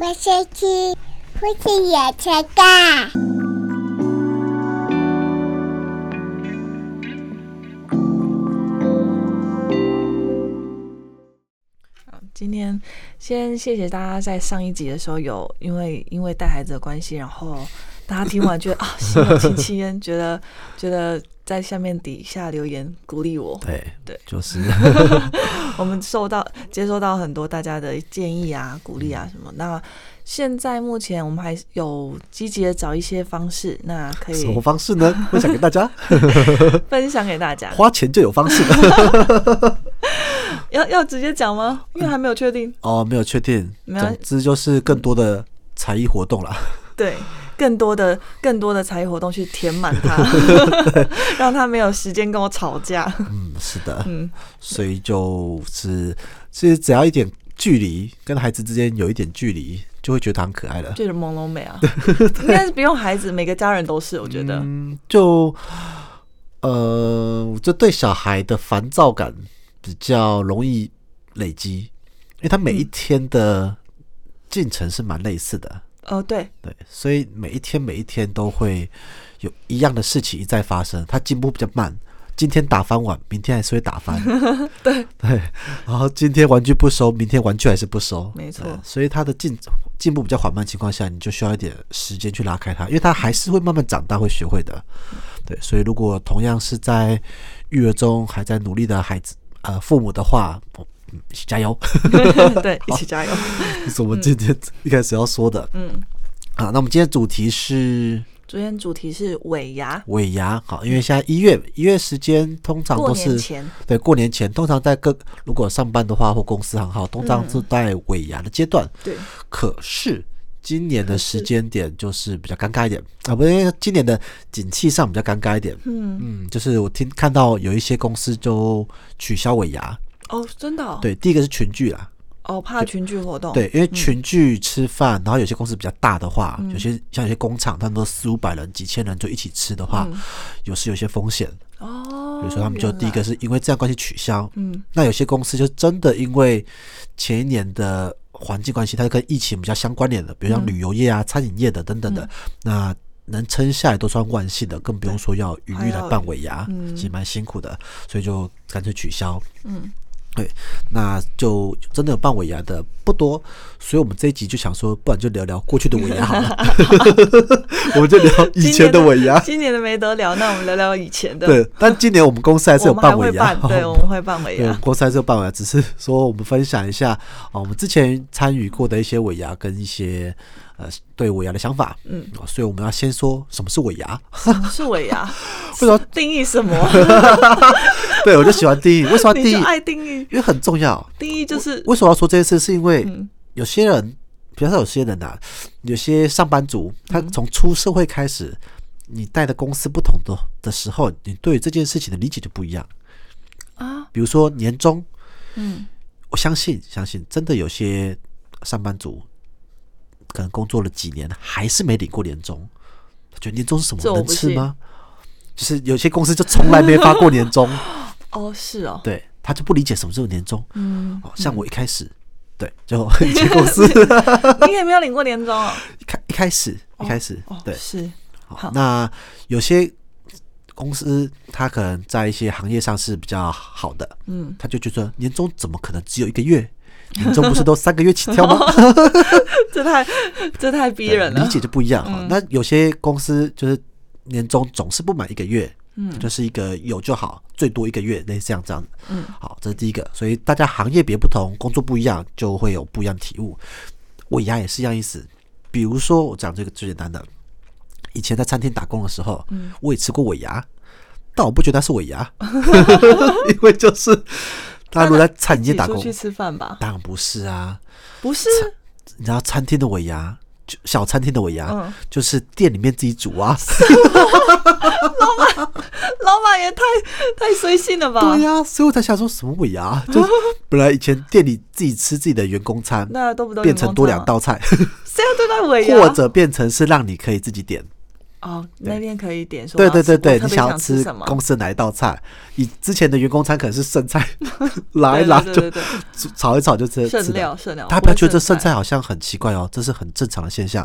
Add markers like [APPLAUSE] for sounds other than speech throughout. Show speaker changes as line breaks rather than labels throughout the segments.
我先去，父亲也才干。
好，啊今天先谢谢大家，在上一集的时候有因为因为带孩子的关系，然后大家听完觉得啊心有戚戚焉，觉得觉得在下面底下留言鼓励我，
对
对
就是
[LAUGHS] 我们受到接收到很多大家的建议啊、鼓励
嗯
啊什么。那现在目前我们还有积极的找一些方式，那可
什么
以
方式呢？分享给
[LAUGHS]
大家，
分享给大家。
花钱就有方式
要要直接讲吗？因为还没有确定。
哦，没有确定，
[LAUGHS] 没有
总之就是更多的才艺
[LAUGHS]
活动啦。
对，更多的更多的才艺活动去填满
[LAUGHS]
它，让他没有时间跟我吵架。
嗯，是的，
嗯，
所以就是其实只要一点距离，跟孩子之间有一点距离，就会觉得他很可爱了。
就是朦胧美啊，应该是不用孩子，每个家人都是，我觉得。
嗯，就呃，这对小孩的烦躁感比较容易累积，因为他
嗯
每一天的进程是蛮类似的，
呃，
[LAUGHS]
对，
对，所以每一天每一天都会有一样的事情一再发生，他进步比较慢。今天打翻碗，明天还是会打
[LAUGHS]
翻。对对，然后今天玩具不收，明天玩具还是不收，
没错
对所以他的进进步比较缓慢的情况下，你就需要一点时间去拉开他，因为他还是会慢慢长大，会学会的。对，所以如果同样是在育儿中还在努力的孩子，呃，父母的话，嗯一起加油，
对，一起加油。
[LAUGHS] 这是我们今天一开始要说的。
嗯，
啊，那我们今天主题是
昨天主题是尾牙，
尾牙，好，因为现在一月一月时间通常
过
都
年
是
前，
对过年前，通常在各如果上班的话或公司行号，通常
嗯
是在尾牙的阶段。
对，
可是今年的时间点就是比较尴尬一点啊，不是今年的景气上比较尴尬一点。
嗯，
嗯，就是我听看到有一些公司就取消尾牙，
哦，真的、哦，，
对，第一个是群聚啦，
哦，怕群聚活动，
对，，因为群聚吃饭，然后有些公司比较大的话，有些像有些工厂，他们都四五百人、几千人就一起吃的话，有时有些风险。
哦，
比如说他们就
原来
第一个，是因为这样关系取消，
嗯，
那有些公司就真的因为前一年的环境关系，它跟疫情比较相关联的，比如
嗯
像旅游业啊、餐饮业的等等的，那能撑下来都算万幸的，更不用说要余
还
裕来
要
办尾牙，
嗯
其实蛮辛苦的，所以就干脆取消。
嗯，
对，那就真的有办尾牙的不多，所以我们这一集就想说，不然就聊聊过去的尾牙好
[LAUGHS]
了，我们就聊以前的尾牙。
今年的没得聊，那我们聊聊以前的，
对，但今年我们公司还是有
我们还
办
会
尾牙
办，，
[LAUGHS]
对，啊我们会办尾
对，我
牙
们，公司还是有办尾牙，只是说我们分享一下啊、哦我们之前参与过的一些尾牙跟一些呃对尾牙的想法。
嗯
哦，所以我们要先说什么是尾牙。 [LAUGHS]
什么 [LAUGHS] 是尾牙？
为什么？
定义什
[LAUGHS]
么？
对，我就喜欢定义。为
[LAUGHS]
什么要定
你就
义？
爱定义，
因为很重要。
定义就是
为什么要说这件事？是因为
嗯
有些人，比方说有些人啊，有些上班族，他从出社会开始，你带的公司不同的的时候，你对这件事情的理解就不一样。
啊，
比如说年终，
嗯，
我相信，相信真的有些上班族可能工作了几年还是没领过年终，他觉得年终是什么
这我
能
不
吃
信
吗？就是有些公司就从来没发过年
[LAUGHS]
终，
哦，是哦，
对他就不理解什么是年终。
嗯，
哦，像我一开始，对，就以前公
[LAUGHS]
司
你也没有领过年终哦，
一开一开始一开始
哦，
对，
是，好
好，那有些公司它可能在一些行业上是比较好的，
嗯，
他就觉得年终怎么可能只有一个月？年终
[LAUGHS]
不是都三个月起跳吗？
这太这太逼
对
人了啊
理，解就不一样哈、那有些公司就是年终总是不满一个月，嗯，就是一个有就好，最多一个月，类似这样这样。嗯，好，这是第一个。所以大家行业别不同，工作不一样，就会有不一样的体悟。尾牙也是一样意思。比如说，我讲这个最简单的，以前在餐厅打工的时候，我也吃过尾牙，但我不觉得它是尾牙， [LAUGHS] 因为就是他如果在餐
一
饮
起
业打
出
工，
去吃饭吧？
当然不是啊。
不是，
你知道餐厅的尾牙，就小餐厅的尾牙，
嗯
就是店里面自己煮
[LAUGHS]
啊。
老板也太太随性了吧？
对呀、所以我才想说什么尾
[LAUGHS]
牙，就本来以前店里自己吃自己的员工餐，
那都不都
变成多两
道， [LAUGHS]
道菜，
现在都在尾牙，
或者变成是让你可以自己点。
哦，那边可以点说
对
我要
对
吃，
对对，
啊我特
你
别
想要
想
吃
什么？
公司的哪一道菜？以之前的员工餐可能是
[LAUGHS]
剩菜，拉一
对
拉
对
就
对对对
煮炒一炒就吃吃
剩
的。
料剩料，
大家不要觉得这
剩
剩菜好像很奇怪哦，这是很正常的现象，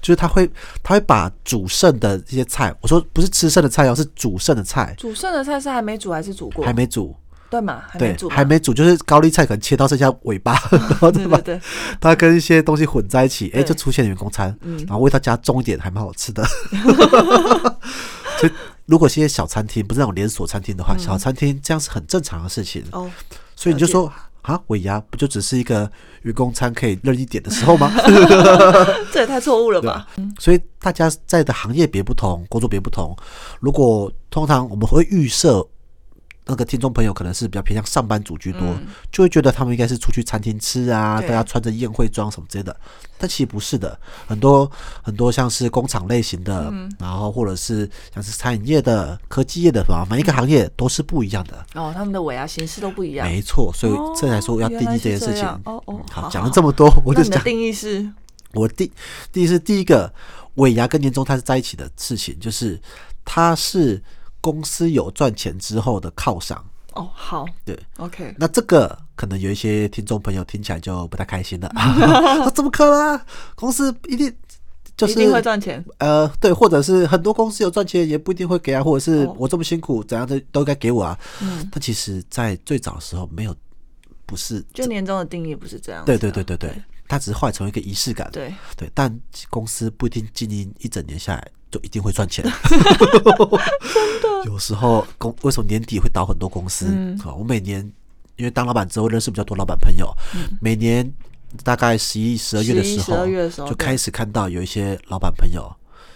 就是他会他会把煮剩的一些菜，我说不是吃剩的菜哦，是煮剩的菜
煮剩的菜是还没煮还是煮过？
还没煮，
对嘛？还没
对
煮，嘛，
还没煮，就是高丽菜可能切到剩下尾
[LAUGHS]
巴，然后再
对
把
对对，
它跟一些东西混在一起，哎、
对嗯
就出现员工餐，然后味道加重一点，还蛮好
[LAUGHS]
吃的。所以，如果是一些小餐厅，不是那种连锁餐厅的话，小餐厅这样是很正常的事情。
嗯哦，
所以你就说啊，尾牙不就只是一个员工餐可以任意点的时候吗？
这也太错误了
对
吧
吧？？所以大家在的行业别不同，工作别不同。如果通常我们会预设那个听众朋友可能是比较偏向上班族居多，就会觉得他们应该是出去餐厅吃啊，
嗯
大
对
家穿着宴会装什么之类的。但其实不是的，很多很多像是工厂类型的，
嗯
然后或者是像是餐饮业的、科技业的，吧，每一个行业都是不一样的。
哦，他们的尾牙形式都不一样。
没错，所以
哦
这才说要定
原来
义
是
这件
这
事情
样。哦哦
嗯
好
好，
好
讲了这么多，我
那
就
你的
讲
定义是
我第第一是第一个尾牙跟年终它是在一起的事情，就是它是公司有赚钱之后的犒赏。
哦，好
对，
，OK，
那这个可能有一些听众朋友听起来就不太
[LAUGHS]
开心了， [LAUGHS] 啊、怎么可能、啊？公司一定就
一
是
定会赚钱。
呃，对，或者是很多公司有赚钱也不一定会给啊，或者是
哦
我这么辛苦怎样都都该给我啊。
嗯，
但其实，在最早的时候没有，不是，
就年终的定义不是这样子
对
的。
对对对对，它只是化成一个仪式感。
对，
对，但公司不一定经营一整年下来就一定会
[LAUGHS]
赚钱。有时候公为什么年底会倒很多公司？
嗯
啊，我每年因为当老板之后认识比较多老板朋友，
嗯
每年大概十一、十二月的
11
时候，
12月的时候
就
对
开始看到有一些老板朋友。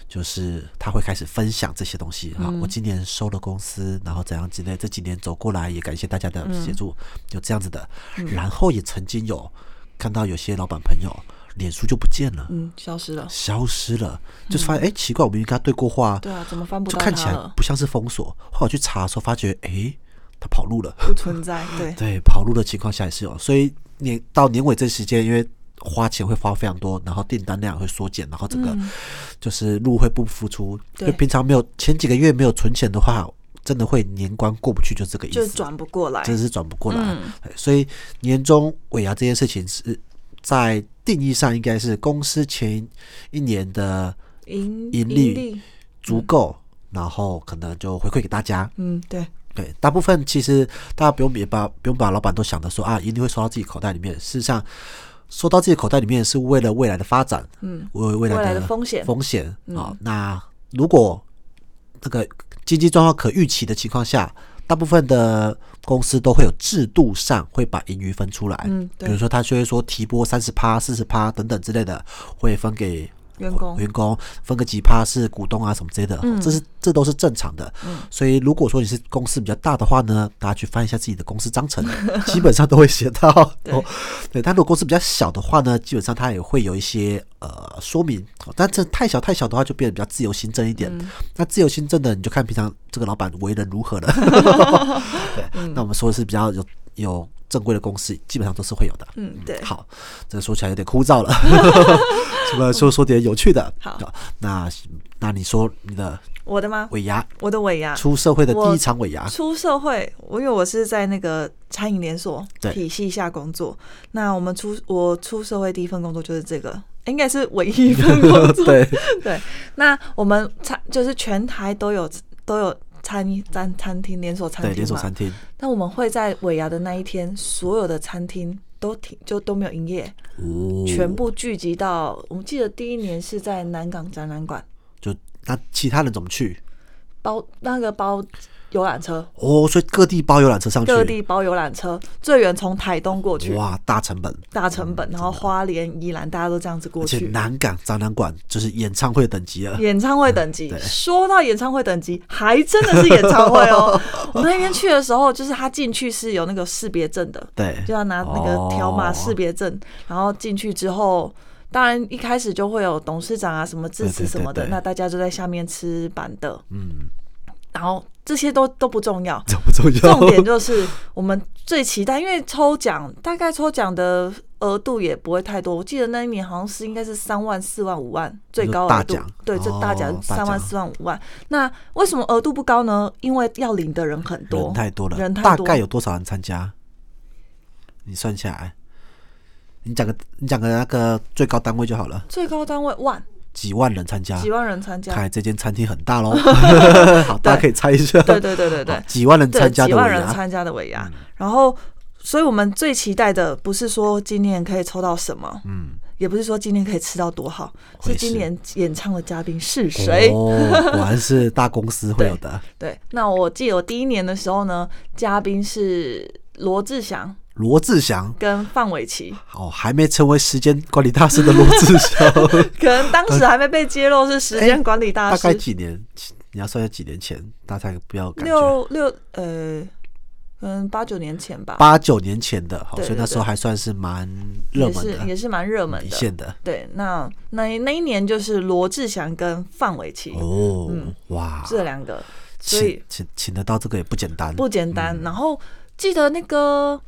就是他会开始分享这些东西啊，
嗯
我今年收了公司，然后怎样之类，这几年走过来也感谢大家的
嗯
协助，有这样子的。然后也曾经有看到有些老板朋友脸书就不见了，
嗯，消失了。
消失了，就是发现哎、诶奇怪，我明明跟他对过话，
嗯对啊，怎么翻不
就
到
看起
它
来
了？
不像是封锁。后来我去查的时候，发觉哎、诶他跑路了。
不存
[LAUGHS]
在。对，
对，跑路的情况下也是有，所以年到年尾这时间，因为花钱会花非常多，然后订单量也会缩减，然后整个就是路会不付出。
嗯对
就平常没有前几个月没有存钱的话，真的会年关过不去，就这个意
就
思。
转嗯不过来。
真的是转不过来。对所以年终尾牙这件事情是在定义上应该是公司前一年的
盈
盈利
利，
足够，然后可能就回馈给大家。
嗯，对，
对，大部分其实大家不用也把不用把老板都想着说啊，一定会收到自己口袋里面。事实上，收到自己口袋里面是为了未来的发展，
嗯，
为未
未
来
来
的
的风险嗯
风险啊。那如果这个经济状况可预期的情况下，大部分的公司都会有制度上会把盈余分出来，
嗯
比
对
如说他就会说提拨三十趴、四十趴等等之类的，会分给呃
员工嗯
员工分个几趴是股东啊什么之类的，这是这都是正常的。所以如果说你是公司比较大的话呢，大家去翻一下自己的公司章
[LAUGHS]
程，基本上都会写到。哦，对，但如果公司比较小的话呢，基本上它也会有一些呃说明。哦但这太小太小的话，就变得比较自由新政一点。
嗯
那自由新政的，你就看平常这个老板为人如何了。
[LAUGHS]
对，
嗯
那我们说的是比较有有正规的公司，基本上都是会有的。
嗯，对，
好，这说起来有点枯
[LAUGHS]
燥了，是不是？说说点有趣的。
好
那那你说你的
我的吗？
尾牙，
我的尾牙。
出啊社会的第
我
一场尾牙，
出社会，我因为我是在那个餐饮连锁
对
体系下工作。那我们出我出社会第一份工作就是这个，应该是唯一一份工作。
[LAUGHS] 对，
对，那我们餐就是全台都有都有餐饮餐餐厅连锁餐厅
对，
嘛，
连锁餐厅，
那我们会在尾牙的那一天，所有的餐厅都停，就都没有营业，
哦，
全部聚集到。我们记得第一年是在南港展览馆
就那其他人怎么去？
包那个包游览车，
哦，所以各地包游览车上去，
各地包游览车，最远从台东过去，
哇，大成本。
大成本，然后花莲、宜兰，大家都这样子过
而且
去。
南港展览馆就是演唱会等级了，
演唱会等级
对，
说到演唱会等级，还真的是演唱会
[LAUGHS]
哦。我们那天去的时候，就是他进去是有那个识别证的，
对，
就要拿那个条码
哦
识别证，然后进去之后，当然一开始就会有董事长啊什么致
对
辞
对
什么的，
对对
那大家就在下面吃板的，嗯。然后这些都都不重
[LAUGHS]
要，
这不重要。
重点就是我们最期待，因为抽奖大概抽奖的额度也不会太多。我记得那一年好像是应该是三万、四万、五万最高额
大
度
奖，
对，这大奖
哦
三
大奖
万、四万、五万。那为什么额度不高呢？因为要领的人很多，
人太多了，
人太
大
多
概有多少人参加？你算下来，你讲个你讲个那个最高单位就好了，
最高单位万
几万人参加
几，万人参加
看，来这间餐厅很
[LAUGHS]
大喽。好，大家可以猜一 [LAUGHS] 下，
对对对对对
好，几万人
对
哦参加
几
的尾
万人
牙，嗯
参加的尾牙，然后，所以我们最期待的不是说今年可以抽到什么，
嗯，
也不是说今年可以吃到多好，
会
是
是
今年演唱的嘉宾是谁？
哦，果然是大公司会有的。
对，那我记得我第一年的时候呢，嘉宾是罗志祥
罗志祥，
跟范玮琪， [LAUGHS]
哦，还没成为时间管理大师的罗志祥，
可能当时还没被揭露是时间管理大
呃大
师，
概几年？你要算下几年前，大家不要感觉。
六六呃，嗯八九年前吧，
八九年前的，好，
对
所以那
对
时候还算是蛮热
也
门
是也
的，嗯
是蛮热门
一
的。
线的。
对，那那一那一年就是罗志祥跟范玮琪，
哦，啊哇，
这两个，嗯所以
请请请得到这个也不简单，
不简单。
嗯
然后记得那个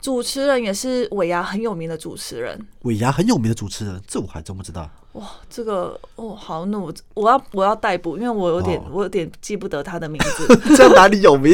主持人也是尾牙很有名的主持人，
尾牙很有名的主持人，这我还真不知道。
哇，这个哦，好，那我我要我要逮捕，因为我有点、
哦
我有点记不得他的名
[LAUGHS]
字，
这样哪里有名？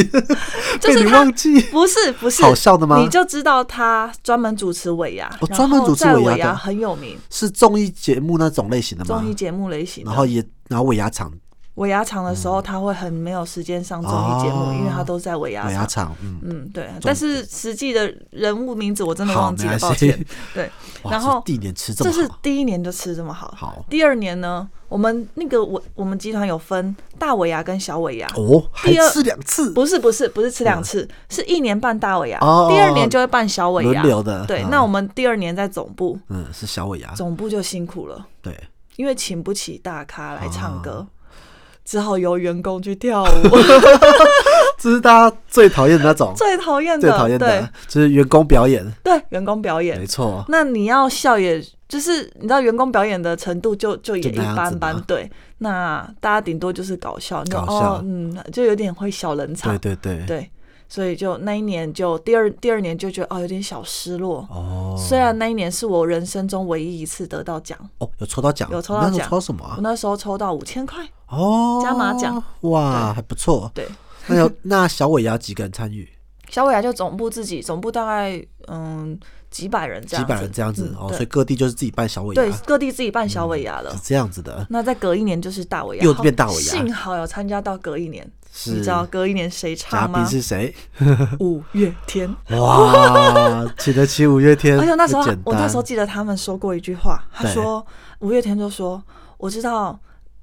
就
被
是
你
他
忘记。
不是不是
好笑的吗
你就知道他专门主持尾牙，
哦
然后
专门主持
在
尾牙
尾牙
的
很有名，
是综艺节目那种类型的吗
综？艺节目类型的。
然后也然后尾牙场，
尾牙场的时候，他会很没有时间上综艺节目，
哦
因为他都在尾牙
尾
场。
牙场，嗯，
嗯，对，但是实际的人物名字我真的
好，
嗯忘记
没
了，
关
抱
系
歉。。对，
[LAUGHS] 哇
然后
这地点吃这
这是
么好，
第一年就吃这么好。
好
第二年呢，我们那个我我们集团有分大尾牙跟小尾牙，
哦，还
第二
吃两次，
不是不是不是吃两次，是一年办大尾牙，
哦
第二年就会办小尾牙
轮流的
对
嗯，
那我们第二年在总部，
嗯，是小尾牙，
总部就辛苦了，
对，
因为请不起大咖来唱歌
哦，
只好由员工去跳
[LAUGHS]
舞。
这是大家最讨厌的
[LAUGHS]
那种，
最讨厌
最讨
的，
厌
对
的就是员工表演，
对，员工表演
没。错，
那你要笑也，就是你知道员工表演的程度就就也
就
一
那样
般
子
般
嘛，
对。那大家顶多就是搞笑，你就
搞
哦
笑，
嗯，就有点会小冷场，
对对对，
对所以就那一年就第二第二年就觉得哦有点小失落。
哦，
虽然那一年是我人生中唯一一次得到奖，
哦有抽到奖，
有抽
你
到
那时候
奖
抽到什么啊
我？那时候抽到五千块，
哦，
加码奖，
哇，还不错。
对，
那有那小尾牙几个人参与？
小尾牙就总部自己总部大概嗯几百人这
几
样子，
百人这样子
嗯
哦，
对
所以各地就是自己办小尾
对
牙，
各地自己办小尾牙了
是。这样子的。
那再隔一年就是大尾牙，
又变大尾牙
幸好有参加到隔一年。
是
你知道隔一年谁
嘉
唱
宾
吗？[LAUGHS]
是谁？
五月天。
哇，请得起五月天，
而哎且那时候
嗯不简单
我那时候记得他们说过一句话，他
对
说五月天就说我知道。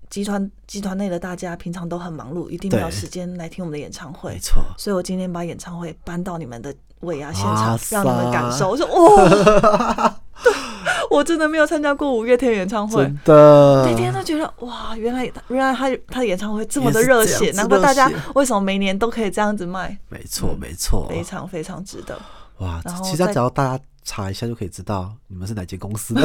集团集团内的大家平常都很忙碌，一定没有
对
时间来听我们的演唱会
没，错，
所以我今天把演唱会搬到你们的尾牙现
哇
场，
塞
让你们感受。我说哇，对我真的没有参加过五月天演唱会
真，的
那天都觉得哇，原来原来他他的演唱会这么的
也是这样
热血，
子
难怪大家
热血
为什么每年都可以这样子卖，
没错没错，
非常非常值得。
哇
然，后
其实他
再
只要大家查一下就可以知道你们是哪间
[LAUGHS]
公司。 [LAUGHS]。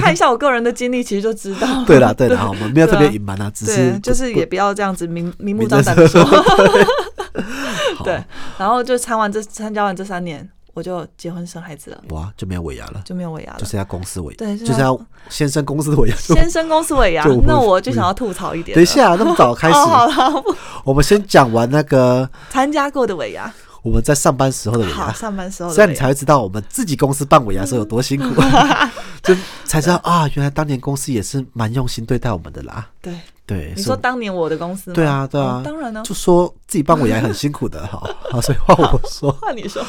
看一下我个人的经历，其实就知道
对啦对啦，
[LAUGHS]
好我们没有特别
对啊
隐瞒啊，只
对
是，
就是也不要这样子明明目
明
张
着
胆的
[LAUGHS]
说。 [LAUGHS]
好
对，然后就参完这参加完这三年，我就结婚生孩子了，
哇就没有尾牙了，
就没有尾牙了
就。剩下公司尾，
对
就
就
剩下先生公司的尾牙。就
先生公司尾牙
就，
那
会
我就想要吐槽一点了。
[LAUGHS] 等一下，那么早开始，
哦，好了，不
我们先讲完那个
参加过的尾牙，
我们在上班时候的尾
好，
牙，
上班时候
这
的
样
尾
你
牙，
才会知道我们自己公司办尾牙的时候有多辛苦，
[LAUGHS]
就才知道啊，原来当年公司也是蛮用心对待我们的啦。
对，
对，
你
是
说
我
当年我的公司吗？
对啊，对啊
哦，当然呢
就，说自己办尾牙也很辛
[LAUGHS]
苦的，好，好，所以换我说，
换你说，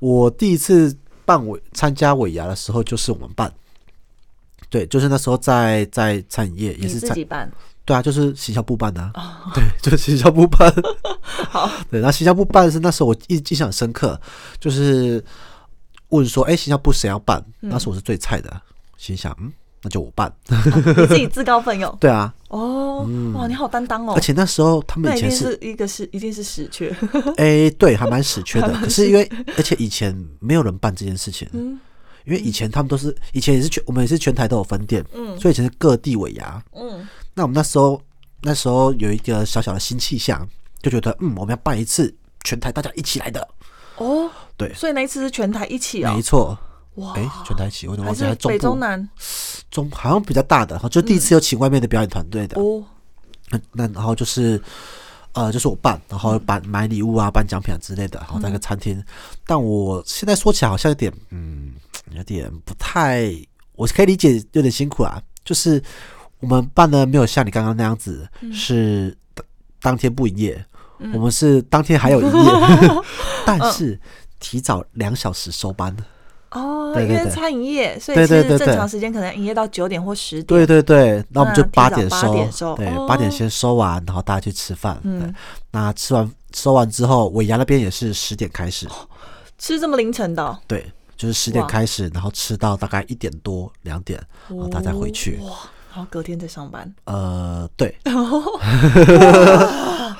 我第一次办尾参加尾牙的时候，就是我们办，对，就是那时候在在餐饮业也
你
是
自
餐
己
[LAUGHS]
办，
对啊，就是行销部办的、啊， [LAUGHS] 对，就是行销部办。
哦好，
[LAUGHS] 对，然后行销部办是那时候我印印象很深刻，就是问说，哎、行销部谁要办？
嗯
那时候我是最菜的，心想，嗯，那就我办。 [LAUGHS]
你自己自告奋勇。
对啊，
哦，哇，你好担当哦
而。且那时候他们
那
以
一
前
定
是，
是一个是一定是死缺， [LAUGHS]
哎、对，还蛮死缺的。嗯可是因为，而且以前没有人办这件事情，因为以前他们都是，以前也是全，我们也是全台都有分店，嗯，所以以前是各地尾牙，
嗯，
那我们那时候那时候有一个小小的新气象，就觉得嗯，我们要办一次全台大家一起来的，
哦，
对
所以那一次是全台一起哦
没，错。
哇
哎、全台一起，我有点
还
忘记
是
在
北
中嗯
中
部
南
中好像比较大的，就第一次有请外面的表演团队的。
哦，
那那然后就是，呃，就是我办，然后办买礼物啊，办奖品啊之类的，然后那个餐厅。但我现在说起来好像有点，嗯，有点不太，我可以理解有点辛苦啊。就是我们办的没有像你刚刚那样子，是当当天不营业，我们是当天还有营业，但是提早两小时收班。
哦，
对对
因为
对
餐饮业，所以
对对
是
对
正
对
常时间可能营业到九点或十点。嗯
对对对，那我们就
那
八
提
点
早
收，
8点收
对
哦，
八点先收完，然后大家去吃饭。
嗯
对，那吃完收完之后，尾牙那边也是十点开始，
吃这么凌晨的哦、
对，就是十点
哇
开始，然后吃到大概一点多两点，然后大家回去。
哇，然后隔天再上班，
呃，对，啊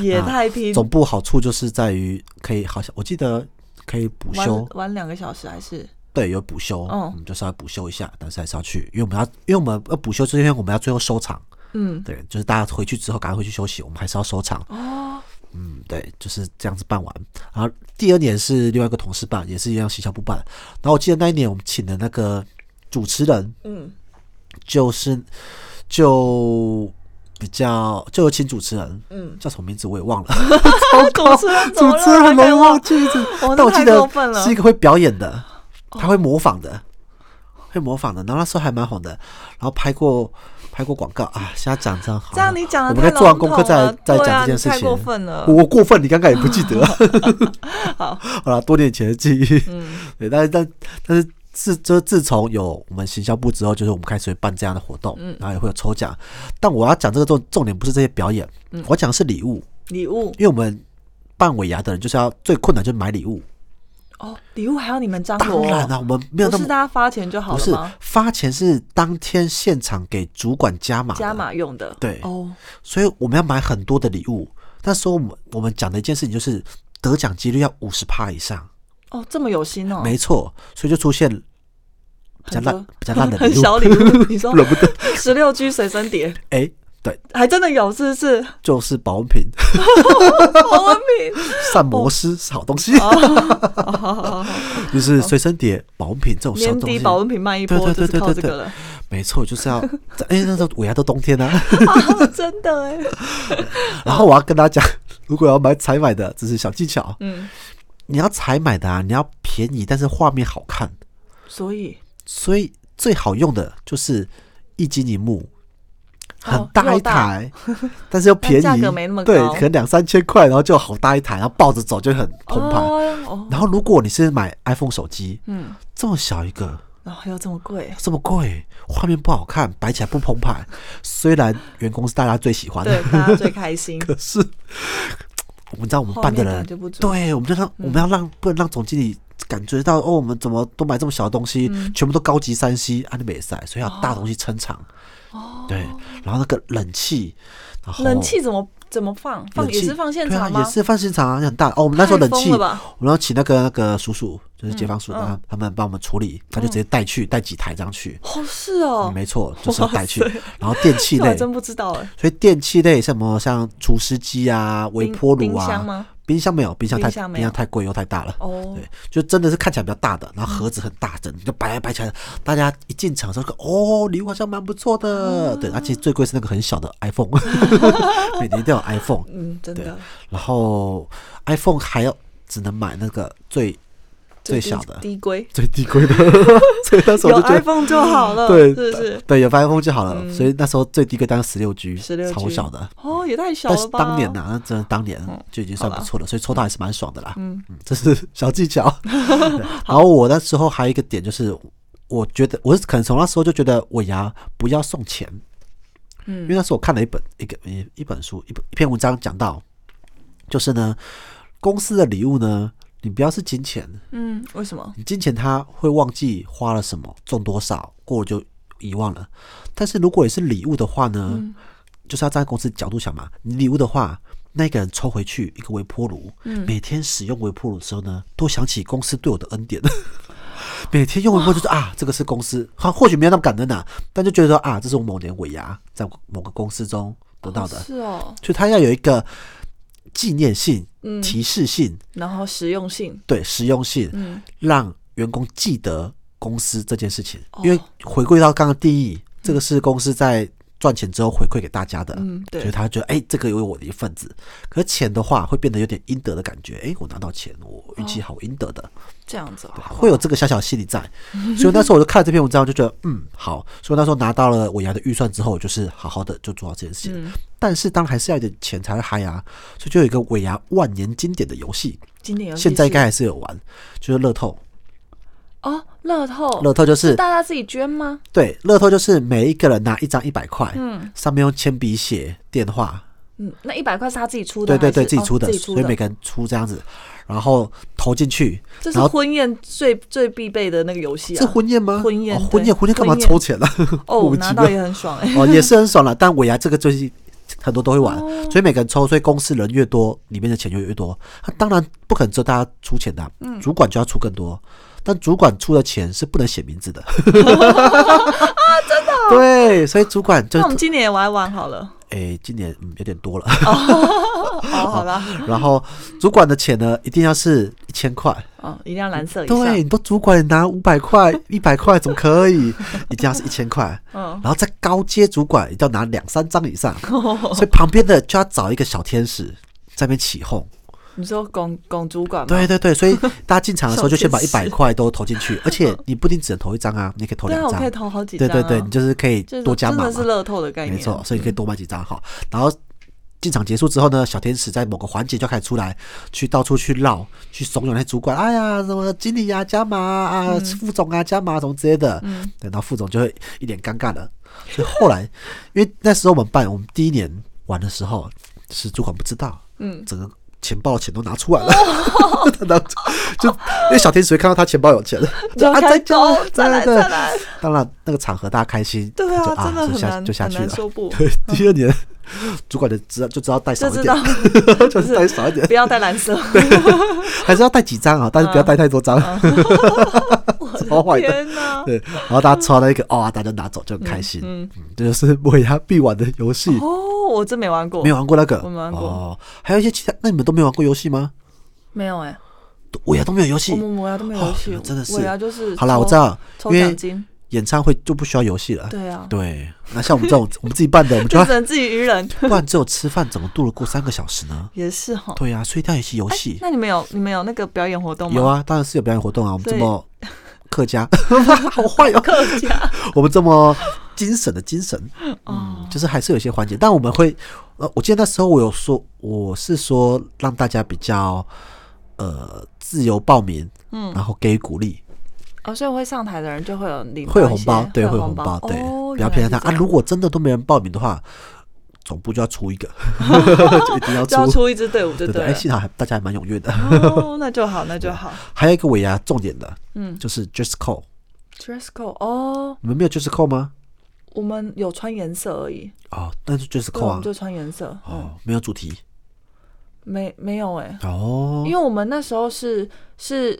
也太拼，
总部好处就是在于可以，好像我记得可以补
玩
休，
玩两个小时还是
对，有补休，
嗯
嗯，就是要补休一下，但是还是要去，因为我们要，因为我们要补休之前，我们要最后收场，
嗯
对，就是大家回去之后赶快回去休息，我们还是要收场。
哦
嗯，对，就是这样子办完。然后第二年是另外一个同事办，也是一样行销部办。然后我记得那一年我们请的那个主持人
嗯
就是就比较就有请主持人， [LAUGHS]
嗯，
叫什么名字我也忘了，
主持人怎
[LAUGHS] 主
么了
持人
还可以
容易忘记这
哇
但我
哦那太
记
过分
得
了哦
是一个会表演的，他会模仿的，会模仿的。然后那时候还蛮红的，然后拍过拍过广告啊。现在讲这样好像，
这样你讲
我
的
们
太
在做完
笼
功
统
课再
了，
再
对
讲
啊
这件
你
事
太
情。
过分了，
我过分，你刚刚也不记得。
[LAUGHS] 好嗯
好了，多年前的记忆。对，但是但但是自就是自从有我们行销部之后，就是我们开始会办这样的活动，
嗯
然后也会有抽奖。但我要讲这个重重点不是这些表演，
嗯
我讲的是礼物，
礼物
因为我们办尾牙的人就是要最困难就是买礼物。
哦，礼物还要你们张
当
罗哦，
然啊啦、我们没有
不
那
是
么
大家发钱就好
不
了
是
吗？
发钱是当天现场给主管加码的
加，码用的，
对
哦，
所以我们要买很多的礼物。那时候我们我们讲的一件事情就是得奖几率要五十趴以上，
哦，这么有心哦，
没错，所以就出现比较
很
烂
多
比
[LAUGHS]
较烂的
很
礼物，
小礼
[LAUGHS]
物，你说
冷不得，
十六 G 随身碟，
哎、对，
还真的有，是不
[LAUGHS]
是？
就是保温
[LAUGHS]
瓶、
王文平，
膳魔师是好东西，
哦好
[LAUGHS]
好好好，
就是随身碟、保温瓶这种小
年
东
底
西，
保温瓶卖一波，
对
就
对对
是靠
对
这
对
个了，
没错，就是要 [LAUGHS] 在哎、那时候尾牙都冬天啊。 [LAUGHS]
[LAUGHS] 啊真的哎，
然后我要跟大家讲，如果要买采买的，这是小技巧，
嗯，
你要采买的啊，你要便宜，但是画面好看，
所以
所以最好用的就是一金一幕，很
哦
大
又
一
大
台，但是又便宜，
但价格没那么
对，
高
可能两三千块，然后就好大一台，然后抱着走就很澎湃。
哦哦，
然后如果你是买 iPhone 手机，
嗯，
这么小一个，
然后又这么贵，
这么贵，画面不好看，摆起来不澎湃。虽然员工是大家最喜欢
对
的，，
大家最开心，
[LAUGHS] 可是我们知道我们
画
办的
面感
人
就不足，嗯
对，我们就让、我们要让不能让总经理感觉到哦，我们怎么都买这么小的东西，
嗯
全部都高级三 C 啊安利美赛，所以要大东西撑场。哦，对，然后那个冷气，然后
冷气怎么怎么放？放
冷
也
哦气
是放现
对啊
场吗？
也是放现场啊，很大哦。我们那时候
太
冷
疯
气，
了吧
我们要请那个那个叔叔，就是解放叔，
嗯
让他他们帮我们处理，他就直接带去带几台这样去。
哦，是哦
嗯，没错，
[LAUGHS]
就是要带去
哇塞。
然后电器
这我还
类，
真不知道哎，
所以电器类什么像除湿机啊、微
冰
波炉
冰箱
啊
吗，
冰箱没有，冰箱太
冰箱没有
冰箱太贵又太大了。
哦
对，就真的是看起来比较大的，然后盒子很大整，就摆来摆起来，大家一进场的时候，哦，礼物好像蛮不错
啊
的。对，而且最贵是那个很小的
[LAUGHS]
iPhone，每年一定要有 iPhone。
嗯，真的
然后 iPhone 还要只能买那个最最
低
小的、
低规，
最低
[LAUGHS]
规的，所以那时候
有
我就觉得
iPhone 就好了，
[LAUGHS] 对，
是不是？嗯
对，有 iPhone 就好了。所以那时候最低规当十六 G，
16G
超小的。
哦，也太小
但
了
是
吧！
当年呐、啊那真的当年就已经算不错了，所以抽到还是蛮爽的啦。嗯 [LAUGHS] 这是小技巧。 [LAUGHS] 对然后我那时候还有一个点就是，我觉得我是可能从那时候就觉得尾牙不要送钱，
嗯
因为那时候我看了一本一个一一本书一本一篇文章讲到，就是呢，公司的礼物呢，你不要是金钱，
嗯，为什么？
你金钱他会忘记花了什么，中多少，过了就遗忘了。但是如果你是礼物的话呢，
嗯
就是要站在公司角度想嘛，你礼物的话，那个人抽回去一个微波炉，
嗯
每天使用微波炉的时候呢，都想起公司对我的恩典。 [LAUGHS] 每天用微波炉就是啊，这个是啊公司，或或许没有那么感恩呐、但就觉得说啊，这是我某年尾牙在某个公司中得到的，
是哦，
所以它要有一个纪念性、
嗯，
提示性、
然后实用性，
对实用性，
嗯，
让员工记得公司这件事情。
哦
因为回归到刚刚第一，这个是公司在赚钱之后回馈给大家的，
嗯对
所以他觉得哎、这个有我的一份子。可是钱的话，会变得有点应得的感觉，哎、我拿到钱，我运气好，我应得的，
这样子哦好
会有这个小小心理在。所以那时候我就看了这篇文章，就觉得嗯好。所以那时候拿到了尾牙的预算之后，我就是好好的就做到这件事情。
嗯
但是当然还是要有点钱才会嗨啊，所以就有一个尾牙万年经典的游戏，
经嗯典游戏
现在应
是
该还是有玩，就是乐透。
哦，乐透，
乐透就是
大家自己捐吗？
对，乐透就是每一个人拿一张一百块，嗯，上面用铅笔写电话，
嗯，那一百块是他自己出的还
对
是，
对对，自己
哦
出的，
自己出
所以每个人出这样子，然后投进去，
这是
然后
婚宴最最必备的那个游戏啊。
是婚宴吗？
婚宴
哦婚
对
宴，婚宴干嘛
婚宴
抽钱呢、啊？
哦
[LAUGHS] 莫，名
拿
其
到
妙
也很爽哎、
哦，也是很爽了，但尾牙这
[LAUGHS]
个就是很多都会玩，
哦
所以每个人抽，所以公司人越多，里面的钱就越多。他当然不可能只有大家出钱的啊、
嗯
主管就要出更多，但主管出的钱是不能写名
[LAUGHS]
字的啊，真的、 [LAUGHS] 对，所以主管就
哦那我们今年也玩一玩好了。
诶、今年嗯有点多了， [LAUGHS]
哦，好啦，
然后主管的钱呢一定要是一千块，
哦，一定要蓝色以上。
对，你都主管拿五百块、 [LAUGHS] 一百块怎么可以？一定要是一千块。
嗯，
然后再高阶主管一定要拿两三张以上，
[LAUGHS]
所以旁边的就要找一个小天使在那边
[LAUGHS]
起哄。
你说拱拱主管吗？啊
对对对，所以大家进场的时候就先把一
小天
百
使
块都投进
[LAUGHS]
去，而且你不一定只能投一张啊，你可以投
对
两
啊，我
张
可以。投好几
对
张、啊。
对对，你就是可以
就是
多加
真
码
的
嘛
是。乐透的概念。
没错，所以可以多买几张哈。然后进场结束之后呢，小天使在某个环节就开始出来，去到处去绕，去怂恿那些主管，哎呀，什么经理呀、加码啊，
嗯
副总啊加码什么之类的。嗯，然后副总就会一脸尴尬的。所以后来，因为那时候我们办我们第一年玩的时候，是主管不知道，
嗯，哦
整个。钱包的钱都拿出来了， [LAUGHS] 他拿出就因为小天使会看到他钱包有钱，
[LAUGHS] 就
啊
开
再
始
加
走，再来
对对
再来。
[LAUGHS] 当然那个场合大家开心，
对
就
啊，
啊
真的
就
很
下
难
就下
很
去了
难，说不，
对， [LAUGHS] 第二年主管就知道就知道带少
就
一
知道
[LAUGHS] 点，就是带少一点 [LAUGHS]
不，要带蓝色。 [LAUGHS]
还是要带几张啊，但是不要带太多张。 [LAUGHS]
嗯
超
我
坏
的
的
天哪！
对，然后大家抽到一个，哇、大家拿走就很开心。嗯，这就是尾牙必玩的游戏。
哦，我真没玩过，
没有玩过那个，
我没玩过
哦，还有一些其他，那你们都没有玩过游戏吗？
没有哎、
尾牙都没有游戏
我。们我牙都没有游
哦你
戏，
们真的是
我牙就是
好啦，
抽
我知道，
抽
因为
奖金，
演唱会就不需要游戏了。
对啊，
对，那像我们这种我们自己办的，我们就
[LAUGHS] 就
要
只能自己愚人，
[LAUGHS] 不然只有吃饭，怎么度得过三个小时呢？
也是哈。
对呀、啊，所以一定要有一些游
哎
戏。
那你们有你们有那个表演活动吗？
有，啊，当然是有表演活动啊。我们
所以
这么客家， [LAUGHS] 好坏
[LAUGHS]
哦，
客
[LAUGHS]
家
我们这么精神的精神，
哦
嗯，就是还是有一些环节，但我们会，呃，我记得那时候我有说，我是说让大家比较，呃，自由报名，嗯，然后给予鼓励，
哦，所以会上台的人就会有领
会有
到一
红包
些，
对，
会
会
有
有红包，对，
哦
不要骗
原来是这
他啊。
样
如果真的都没人报名的话，总部就要出
[LAUGHS]
一个，就一定要
就要
出。
出一支队伍就
对对，
对
哎，
了。
幸好还大家还蛮踊跃的。
哦，那就好，那就好。
还有一个尾牙重点的，
嗯
就是 dress code，
dress code 哦，
你们没有 dress code 吗？
我们有穿颜色而已，
哦，但是 dress
对，
code
我
啊
们，就穿颜色，嗯，
哦，没有主题
没没有哎、
哦，
因为我们那时候是是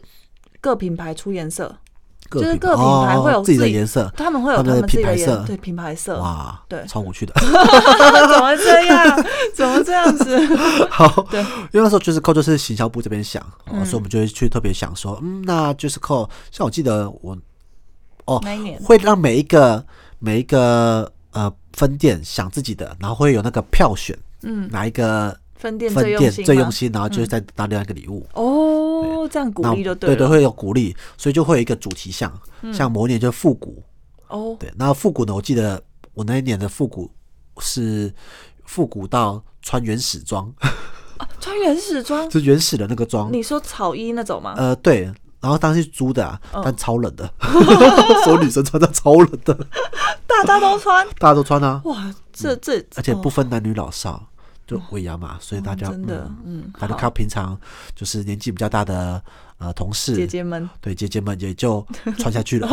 各品牌出颜色，
各
就是
品
各品牌
哦
会有
自己的
自己
颜色，
他们会有
他
他
们的
们自己的
品牌
颜
色
对品牌色，
哇，
对
超无趣的。 [LAUGHS]
怎么这样？ [LAUGHS] 怎么这样子？
好，
对，
因为那时候就是扣就是行销部这边想，
嗯
哦，所以我们就会去特别想说，嗯，那就是扣，像我记得我
那一年
会让每一个每一个呃分店想自己的，然后会有那个票选，嗯，哪一个
分店
分
最用
店
心，
最用。心，然后就是再拿另外一个礼物。
哦，这样鼓
那
励就
对
了。嗯
会有鼓励，所以就会有一个主题项，像某一年就复古，
哦，
对，那复古呢？我记得我那一年的复古是复古到穿原始装， [LAUGHS]
穿原始装，
就是原始的那个装。
你说草衣那种吗？
呃，对。然后当时租的、啊
嗯，
但超冷
[LAUGHS]
的，所有女生穿的超冷的，
大家都穿，
大家都穿啊，
哇，这这，
而且
哦
不分男女老少，就尾牙嘛，所以大家
真的，嗯，
大家
好
看平常就是年纪比较大的呃同事，
姐姐
[LAUGHS]
们哦
对姐姐们也就穿下
[LAUGHS]
去了，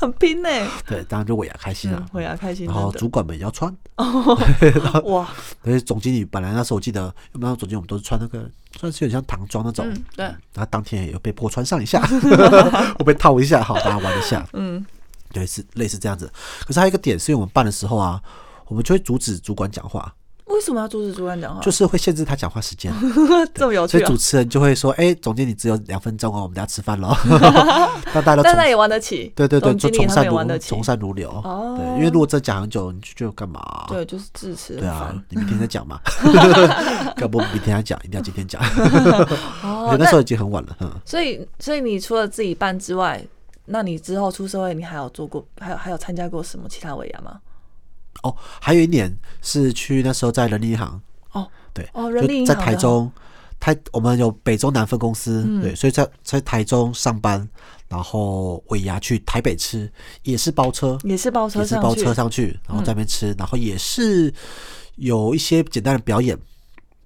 很拼呢，
对，当然就尾牙开心
嗯
啊，
回来开心
然后
真
主管们也要穿，
的，哇，
而且总经理本来那时候我记得，要不然总经理我们都是穿那个，算是有点像唐装那种。
嗯，对，
然后当天也有被迫穿上
[LAUGHS]
一下， [LAUGHS] 我被套一下，好，大家玩一下。
嗯，
对，是类似这样子。可是还有一个点，是因为我们办的时候啊，我们就会阻止主管讲话，
为什么要阻止主管讲话？
就是是会限制他讲话时
[LAUGHS]
间。
这么有
所
趣、
以
啊
主，持人就会说：“哎、总监，你只有两分钟哦，我们等下吃饭喽。”
[LAUGHS]
让大家都
但
从
那也玩得起，
对对对，
总
就
经理
从
他们
善
也玩得
如
起，
从善如流。
哦
对，因为如果真讲很久，你就就干嘛、
对，就是致辞，
对
很
啊
烦。，
你明天
[LAUGHS]
再讲嘛，要不我们明天再讲，一定要今天讲。我
哦
觉得，那时候已经很晚了，嗯，
所以所以你除了自己办之外，那你之后出社会，你还有做过，还有还有参加过什么其他尾牙吗？
哦，还有一年是去那时候在人力银行，
哦
对，
哦，人力
就
银
在
行
台
的
中，台我们有北中南分公司，
嗯
对，所以在在台中上班，然后尾牙去台北吃，也是包车，
也是嗯包车
也是
上
包
去，嗯
车上去，然后在那边吃，然后也是有一些简单的表演，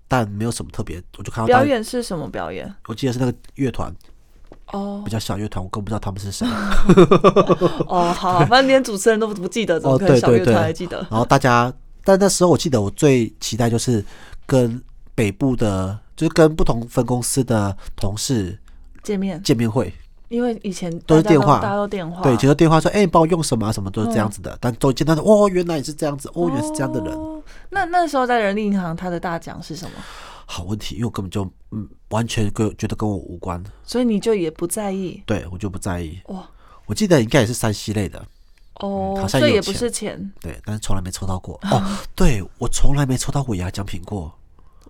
但没有什么特别，我就看到大
表
家
演是什么表演？
我记得是那个乐团
哦
比较小乐团，我更不知道他们是谁。
哦， [LAUGHS] 好，反正连主持人都不记得，怎么
哦，
可能
对
小
对
乐
对，
团还记得？
然后大家，但那时候我记得我最期待就是跟北部的，就是跟不同分公司的同事
见面，
见面会。
因为以前
都是
大家
电话
大家都电话，
对，接到电话说，哎、你帮我用什么、啊、什么，都是这样子的。但都见到说，哦，原来你是这样子，哦，原来是这样的人。
嗯哦那那时候在人力银行，他的大奖是什么？
好问题，因为我根本就嗯，完全跟觉得跟我无关，
所以你就也不在意
对我就不在意。
哇
我记得应该也是山西类的，
哦
嗯，好像
所以
有
也不
钱
是钱，
对，但是从来没抽到过。哦，对我从来没抽到过牙奖品过，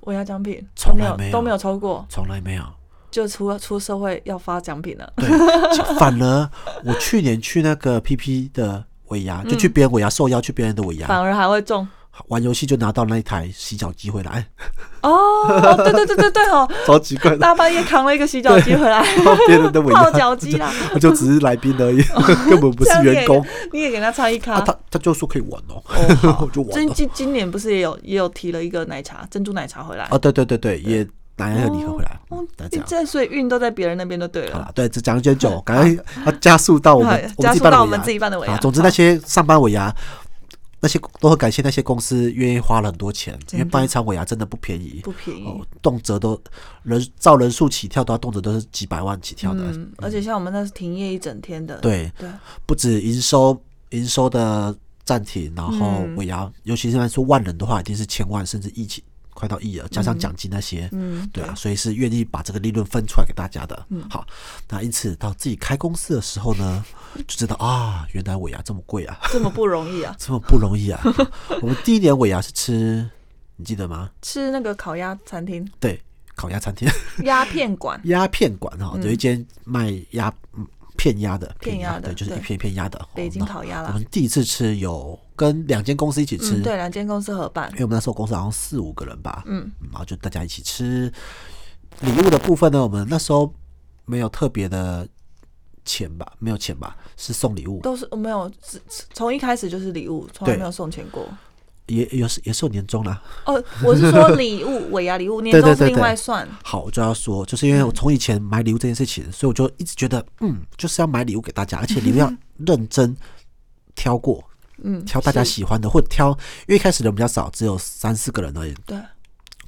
我要奖品，
从
没
来
有
没有
都没有抽过，
从来没有。
就出出社会要发奖品了。
对， [LAUGHS] 反而我去年去那个 PP 的尾牙，就去别人尾牙受邀去别人的尾
嗯反
牙
而还会中
玩游戏，就拿到那一台洗脚机回来， [LAUGHS]
哦，对对对对对哦，
超奇怪的，
大半夜扛了一个洗脚机回来，
到别人的尾
[LAUGHS] 泡
牙
脚机啦，
我 [LAUGHS] 就只是来宾
[LAUGHS]
而已，根本不
这
是
样
员工。
你也，你也给他唱一咖。
啊，他他就说可以玩哦，我 [LAUGHS] 就玩
今
了。
今今年不是也有也有提了一个奶茶珍珠奶茶回来
啊，对对对对，也拿一个礼盒回来，
哦
嗯，大家。
这所以运都在别人那边就对
好
了。
啦，对，只讲一点久，赶快要加速到我
好
们我们
加
自己
速
办的
到
尾
我们
牙
自己办的尾
好
牙
总之，
好
那些上班尾牙，那些都很感谢那些公司愿意花了很多钱，因为
的
办一场尾牙真的不便宜，
不便宜
哦，动辄都人照人数起跳，都要动辄都是几百万起跳的。
嗯，而且像我们那是停业一整天的，
对，
对，
不止营收营收的暂停，然后
嗯
尾牙，尤其是说万人的话，一定是千万甚至亿起，快到亿了，加上奖金那些，
嗯，
对啊，所以是愿意把这个利润分出来给大家的。好，那因此到自己开公司的时候呢，就知道啊，原来尾牙这么贵啊，！
这么不容易啊
这么不容易啊。我们第一年尾牙是吃，你记得吗？
吃那个烤鸭餐厅，
[LAUGHS] 对，烤鸭餐厅
鸦片馆，
鸦片馆哈、有一间卖鸭嗯片鸭的，
嗯片鸭的
对，就是
对
一片一片鸭的。哦
北京
那
烤鸭
我
啦。
们第一次吃有跟两间公司一起吃，
嗯，对，两间公司合办
因，为我们那时候公司好像四五个人吧，
嗯，
然后就大家一起吃。礼物的部分呢，我们那时候没有特别的钱吧，没有钱吧，是送礼物，
都是没有，只从一开始就是礼物，从来
对
没有送钱过。
也也是也是有年终啦。
哦，我是
[LAUGHS]
说礼物，尾牙礼物，年
对对
终是
对
另
对
外算。
好，我就要说，就是
嗯
因为我从以前买礼物这件事情，所以我就一直觉得，嗯，就是要买礼物给大家，而且礼
[LAUGHS]
物要认真挑过，
嗯，
挑大家
是
喜欢的，或者挑，因为一开始人比较少，只有三四个人而已，
对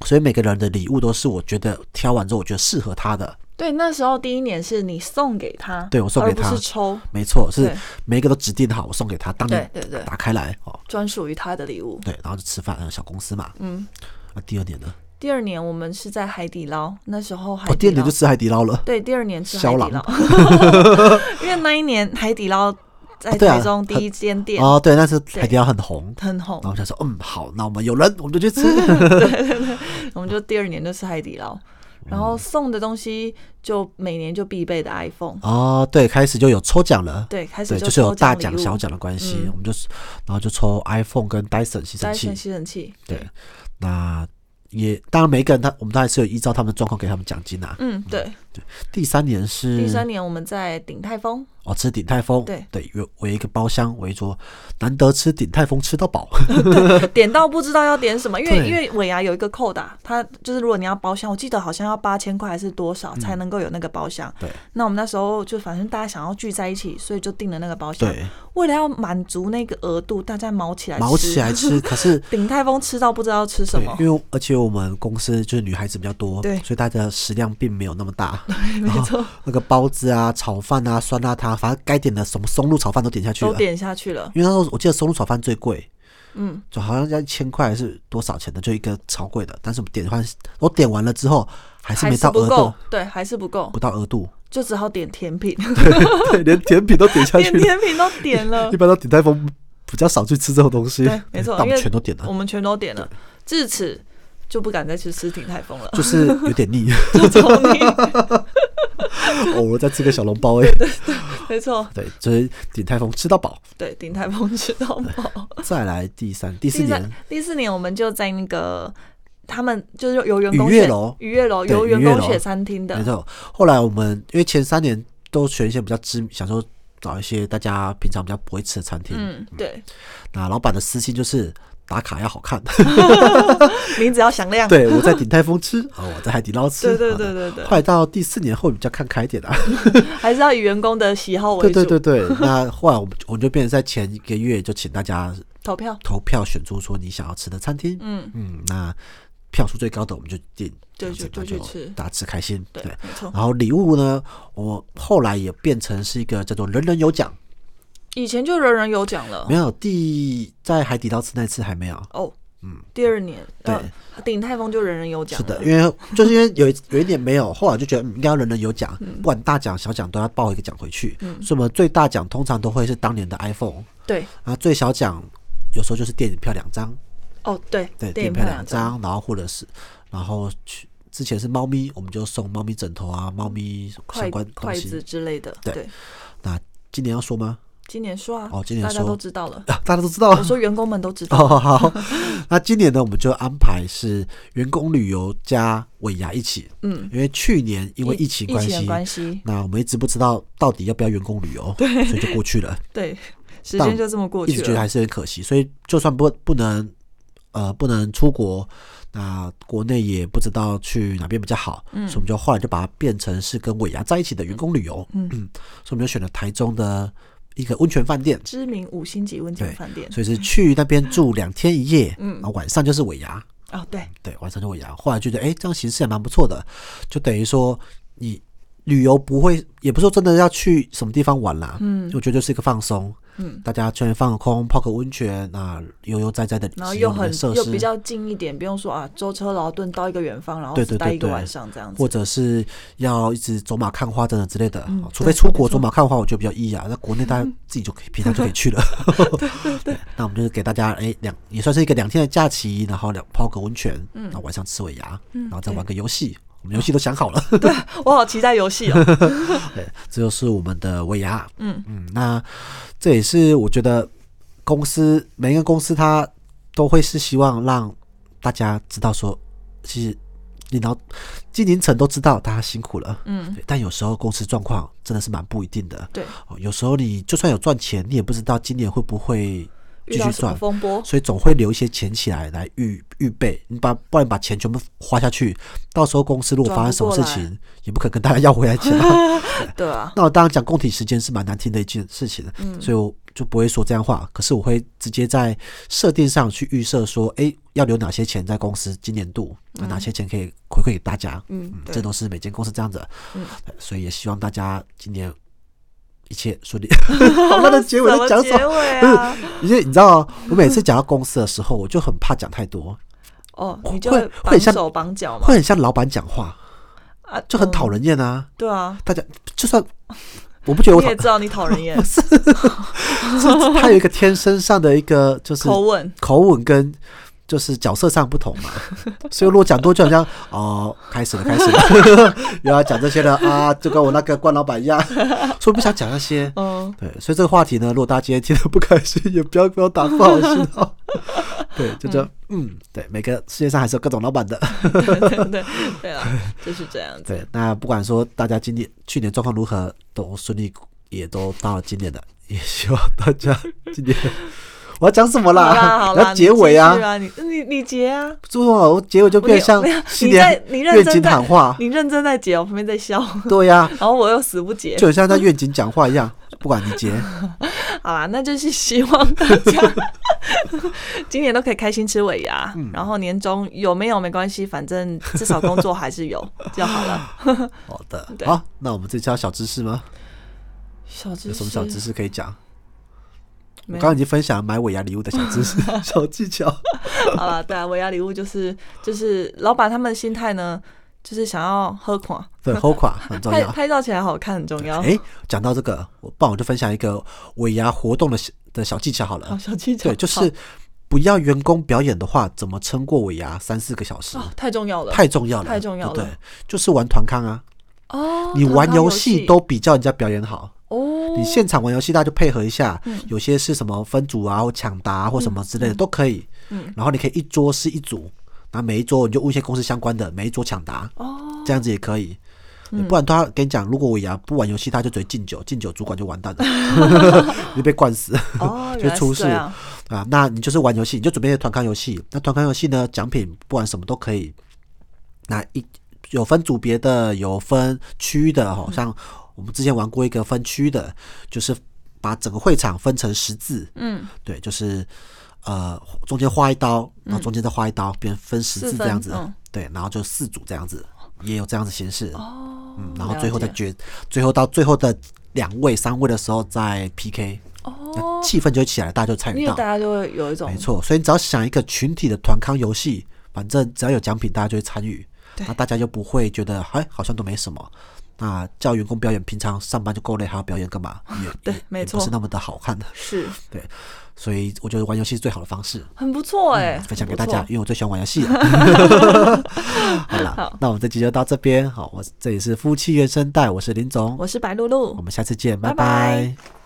所以每个人的礼物都是我觉得挑完之后，我觉得适合他的。
对，那时候第一年是你送给他，
对我送给他啊
而不是抽
没错，是
对
每一个都指定好，我送给他，当年
对对对
打开来哦，
专属于他的礼物。
对，然后就吃饭，呃小公司嘛，
嗯，
啊，第二年呢，
第二年我们是在海底捞，那时候海
哦，第
底
二年
捞、
就吃海底捞了，
对，第二年吃海
肖
底
郎
捞，
[LAUGHS]
因为那一年海底捞在
对啊
台中第
很
一间店
哦，对，那时候
对嗯
海底捞很红，
很红
然后，我想说，嗯，好，那我们有人我们就去吃，
我们就第二年就吃海底捞，
嗯
然后送的东西就每年就必备的 iPhone，
哦，对，开始就有抽奖了，
对，开始
对，就是有
抽
大
礼
奖
物
小奖的关系
嗯，
我们就是，然后就抽 iPhone 跟 Dyson 吸尘
摘选
器，
吸尘器，
对，那也当然每一个人他我们都还是有依照他们的状况给他们奖金啊。
嗯，对。
第三年是
第三年我们在鼎泰丰，
哦，吃鼎泰丰，
对
对，有我有一个包厢，我一桌，难得吃鼎泰丰吃到饱，
点到不知道要点什么，因
[LAUGHS] 对
为因为尾牙有一个扣打，它就是如果你要包厢，我记得好像要八千块还是多少才能够有那个包厢。
嗯对
那我们那时候就反正大家想要聚在一起，所以就订了那个包厢。
对，
为了要满足那个额度，大家毛起来吃
[LAUGHS] 毛起
[LAUGHS]
来吃，可是
鼎泰丰吃到不知道吃什
对
么，，
因为而且我们公司就是女孩子比较多，
对
所以大家的食量并没有那么大，
[LAUGHS] 没错，
那个包子啊、炒饭啊、酸辣汤，反正该点的什么松露炒饭都点下去
都
了，
点下去了。
因为那时候我记得松露炒饭最贵，
嗯，
就好像要一千块还是多少钱的，就一个超贵的。但是我们点完，我点完了之后还是
还
没
是
到
不
额
够
度，，
对，还是不够
不，到额
[LAUGHS]
度，
就只好点甜
[LAUGHS]
品，
对，连甜品都点下去
连 [LAUGHS]
了。
甜品都点
[LAUGHS]
了
一，般到鼎泰丰比较少去吃这种东西，
对，没错，
但我
因
们
为
全都点了
我，们全都点了，至此就不敢再去吃鼎泰丰
[LAUGHS]
了，
就是有点
[LAUGHS]
腻。
就从你，
偶尔再吃个小笼包哎、
没错，
对，就是鼎泰丰吃到饱。
对，鼎泰丰吃到饱。
再来第三、第四
第
年
三，第四年我们就在那个他们就是有员工
愉悦
选
楼
愉悦楼
对
有员
愉悦
工
楼
选餐厅
没
的，
错。后来我们因为前三年都选一些比较知名，想说找一些大家平常比较不会吃的餐厅。
嗯，对，
那老板的私心就是打卡要好看， [LAUGHS]
名字要响亮，
对我在鼎泰
[LAUGHS]
丰吃啊，我在海底捞吃。
对对
好
对
的
对对
后来到第四年会比较看开一点啊，
还是要以员工的喜好为
对
主，
对对对。 [LAUGHS] 那后来我们我们就变成在前一个月就请大家
投票
投票选出说你想要吃的餐厅，
嗯
嗯，那票数最高的我们就定，
对
这样子
就
那
就去吃
大家吃开心，
对
对。
没错。
然后礼物呢，我后来也变成是一个叫做人人有奖，
以前就人人有奖了
没有第在海底捞吃那次还没有，
哦，嗯，第二年
对
呃鼎泰丰就人人有奖
是
了，
的，因为就是因为有一有一点没有，后来就觉得嗯应该要人人有奖，不管大奖小奖都要报一个奖回去，
嗯
所以我们最大奖通常都会是当年的 iPhone，
对
然后最小奖有时候就是电影票两张，
哦对
对，
电
电
影
票
票
两
两张，
张，然后或者是，然后去之前是猫咪，我们就送猫咪枕头啊，猫咪相
筷
关东
筷子
西。
之类的，
对
对，
那今年要说吗？ [LAUGHS]
今年说啊，
哦今年
大家
说
都知道
[LAUGHS]
了，
啊大家都知道啊
我。说员工们都知道，
哦，好， [LAUGHS] 那今年呢，我们就安排是员工旅游加尾牙一起，
嗯，
因为去年因为疫情
疫
关
情的
系，
关系，
那我们一直不知道到底要不要员工旅游，所以就过去了， [LAUGHS]
对，时
但
间就这么过
一
去
直觉得
了，
还是很可惜，所以就算不不能，呃，不能出国，那国内也不知道去哪边比较好，所以我们就后来就把它变成是跟尾牙在一起的员工旅游，嗯所以我们就选了台中的一个温泉饭店，
知名五星级温泉
对
饭店，
所以是去那边住两天一夜，
嗯
然后晚上就是尾牙，
哦对，
对，晚上就尾牙，后来觉得哎、诶这样形式也蛮不错的，就等于说你旅游不会，也不是说真的要去什么地方玩啦，
嗯
我觉得就是一个放松，
嗯，
大家全放空，泡个温泉，那悠悠哉哉的
然后
使
又
用你
很
的设
又
施
比，较近一点，不用说啊，舟车劳顿到一个远方，然后
对
只
对
待
对
一个
对
晚上这样子
或。者是要一直走马看花等等之类的，
嗯
哦除
对
非出国
没错
走马看花，我觉得比较意义啊。那国内大家自己就可以平常就可
[LAUGHS]
以去了，对，那我们就是给大家哎两也算是一个两天的假期，然后两泡个温泉，嗯，然后晚上吃尾牙，
嗯
然后再玩个游戏。我们游戏都想好了，
我好期待游戏
[LAUGHS]
哦，
对，这就是我们的尾牙。嗯嗯，那这也是我觉得公司每一个公司它都会是希望让大家知道说，其实领导经营层都知道大家辛苦了。
嗯
对，但有时候公司状况真的是蛮不一定的。
对，
哦，有时候你就算有赚钱，你也不知道今年会不会
遇
继
到
续
什么
赚。
风波？ [LAUGHS]
所以总会留一些钱起来来预预备，你把不然把钱全部花下去，到时候公司如果发生什么事
转不
情，也不可能跟大家要回来钱啊、
对啊，
那我当然讲共体时间是蛮难听的一件事情，
嗯
所以我就不会说这样话。可是我会直接在设定上去预设说，哎、要留哪些钱在公司今年度，那哪些钱可以回馈给大家。
嗯对
这都是每间公司这样子。
嗯
对所以也希望大家今年一切顺
[LAUGHS]
利。好烂的结尾在
怎
讲
么
什
结
么？
尾
[LAUGHS]
啊？
因为你知道，我每次讲到公司的时候，我就很怕讲太多，
哦，
会
你就会
会
绑
像
手绑脚嘛
会，很像老板讲话，
啊，
就很讨
嗯。
人厌啊。
对啊，
大家就算我不觉得我
你
讨
也知道你讨人
[LAUGHS]
厌，
是 [LAUGHS] 他有一个天生上的一个就是
口吻
口吻跟就是角色上不同
[LAUGHS]
嘛，所以如果讲多就好像哦开始了开始
[LAUGHS]
了，又要讲这些了啊，就跟我那个关老板一样，所以不想讲那些。
嗯，
对，所以这个话题呢，如果大家今天听得不开心，也不要不要打不好心
[LAUGHS]
哦。对，就这样，嗯，对，每个世界上还是有各种老板的。
对嗯 [LAUGHS] 对对对
[LAUGHS]
啊，就是这样子。
对，那不管说大家今年去年状况如何，都顺利，也都到了今年的，也希望大家今年。我要讲什么
好啦
啦？
好
我要
啦，
结尾
你继续
啊！
啊，你你你结啊，
最后我结尾就变得像
没有没有
新
你在
年
你认
愿
真
景
在
喊
[LAUGHS]
话，
你认真在结，我旁边在笑， [LAUGHS]
对呀、
然后我又死不结。
就很像在愿景讲话一样。不管你结，
好啦，那就是希望大家 [LAUGHS] 今年都可以开心吃尾牙，
嗯
然后年终有没有没关系，反正至少工作还是有就好
[LAUGHS]
了。
[LAUGHS] 好的，
对
好，那我们这期要小知识吗？
小知
有
识，
什么小知识可以讲？我
没有
刚刚已经分享买尾牙礼物的小知
[LAUGHS]
识、小技巧。
好了，对啊，尾牙礼物就是就是老板他们的心态呢，就是想要喝垮，
对，齁
[LAUGHS]
垮很重
拍
要。
拍照起来好看很重要。
哎，讲到这个，我不然我就分享一个尾牙活动的小的小技巧好了。
好哦小技巧，
对，就
好
是不要员工表演的话，怎么撑过尾牙三四个小时？
哦，太重要了，
太重要了，
太重要了
对不对，就是玩团康啊，
哦，
你
团
玩
康
游
游
戏都比较人家表演好。
哦，嗯
你现场玩游戏，大家就配合一下，有些是什么分组啊，或抢答、啊、或什么之类的、都可以。
嗯
然后你可以一桌是一组，然后每一桌你就问一些公司相关的，每一桌抢答，
哦，嗯
这样子也可以。不然他跟你讲，如果我牙不玩游戏，他就直接敬酒，敬酒主管就完
[LAUGHS]
蛋了， [LAUGHS] 你就被灌死。 [LAUGHS]
哦，
就
原来
出
是
事
这样，
啊，那你就是玩游戏，你就准备一些团康游戏。那团康游戏呢，奖品不管什么都可以。那一有分组别的，有分区域的，
嗯
好、像我们之前玩过一个分区的，就是把整个会场分成十字，
嗯，
对，就是呃中间画一刀，然后中间再画一刀，变、分十
嗯四
字这
分
样子，
嗯
对，然后就四组这样子，也有这样子形式，
哦，
嗯，然后
了
最后再
解
决，最后到最后的两位、三位的时候再 PK，那
哦，
气氛就起来了，大家就参与
因为
到
大。家就会有一种
没错，所以你只要想一个群体的团康游戏，反正只要有奖品，大家就会参与，
对
那大家就不会觉得哎好像都没什么。那叫员工表演，平常上班就够累，还要表演干嘛？也
[LAUGHS] 对
也
没
也
错
不是那么的好看的。
是
所以我觉得玩游戏是最好的方式，
很不错哎，
嗯分享给
很
大
不
家，
错。
因为我最喜欢玩
[LAUGHS]
游戏了。好了
好，
那我们这集就到这边。好，我这里是夫妻原声带，我是林总，
我是白露露
我，们下次见，
拜拜
拜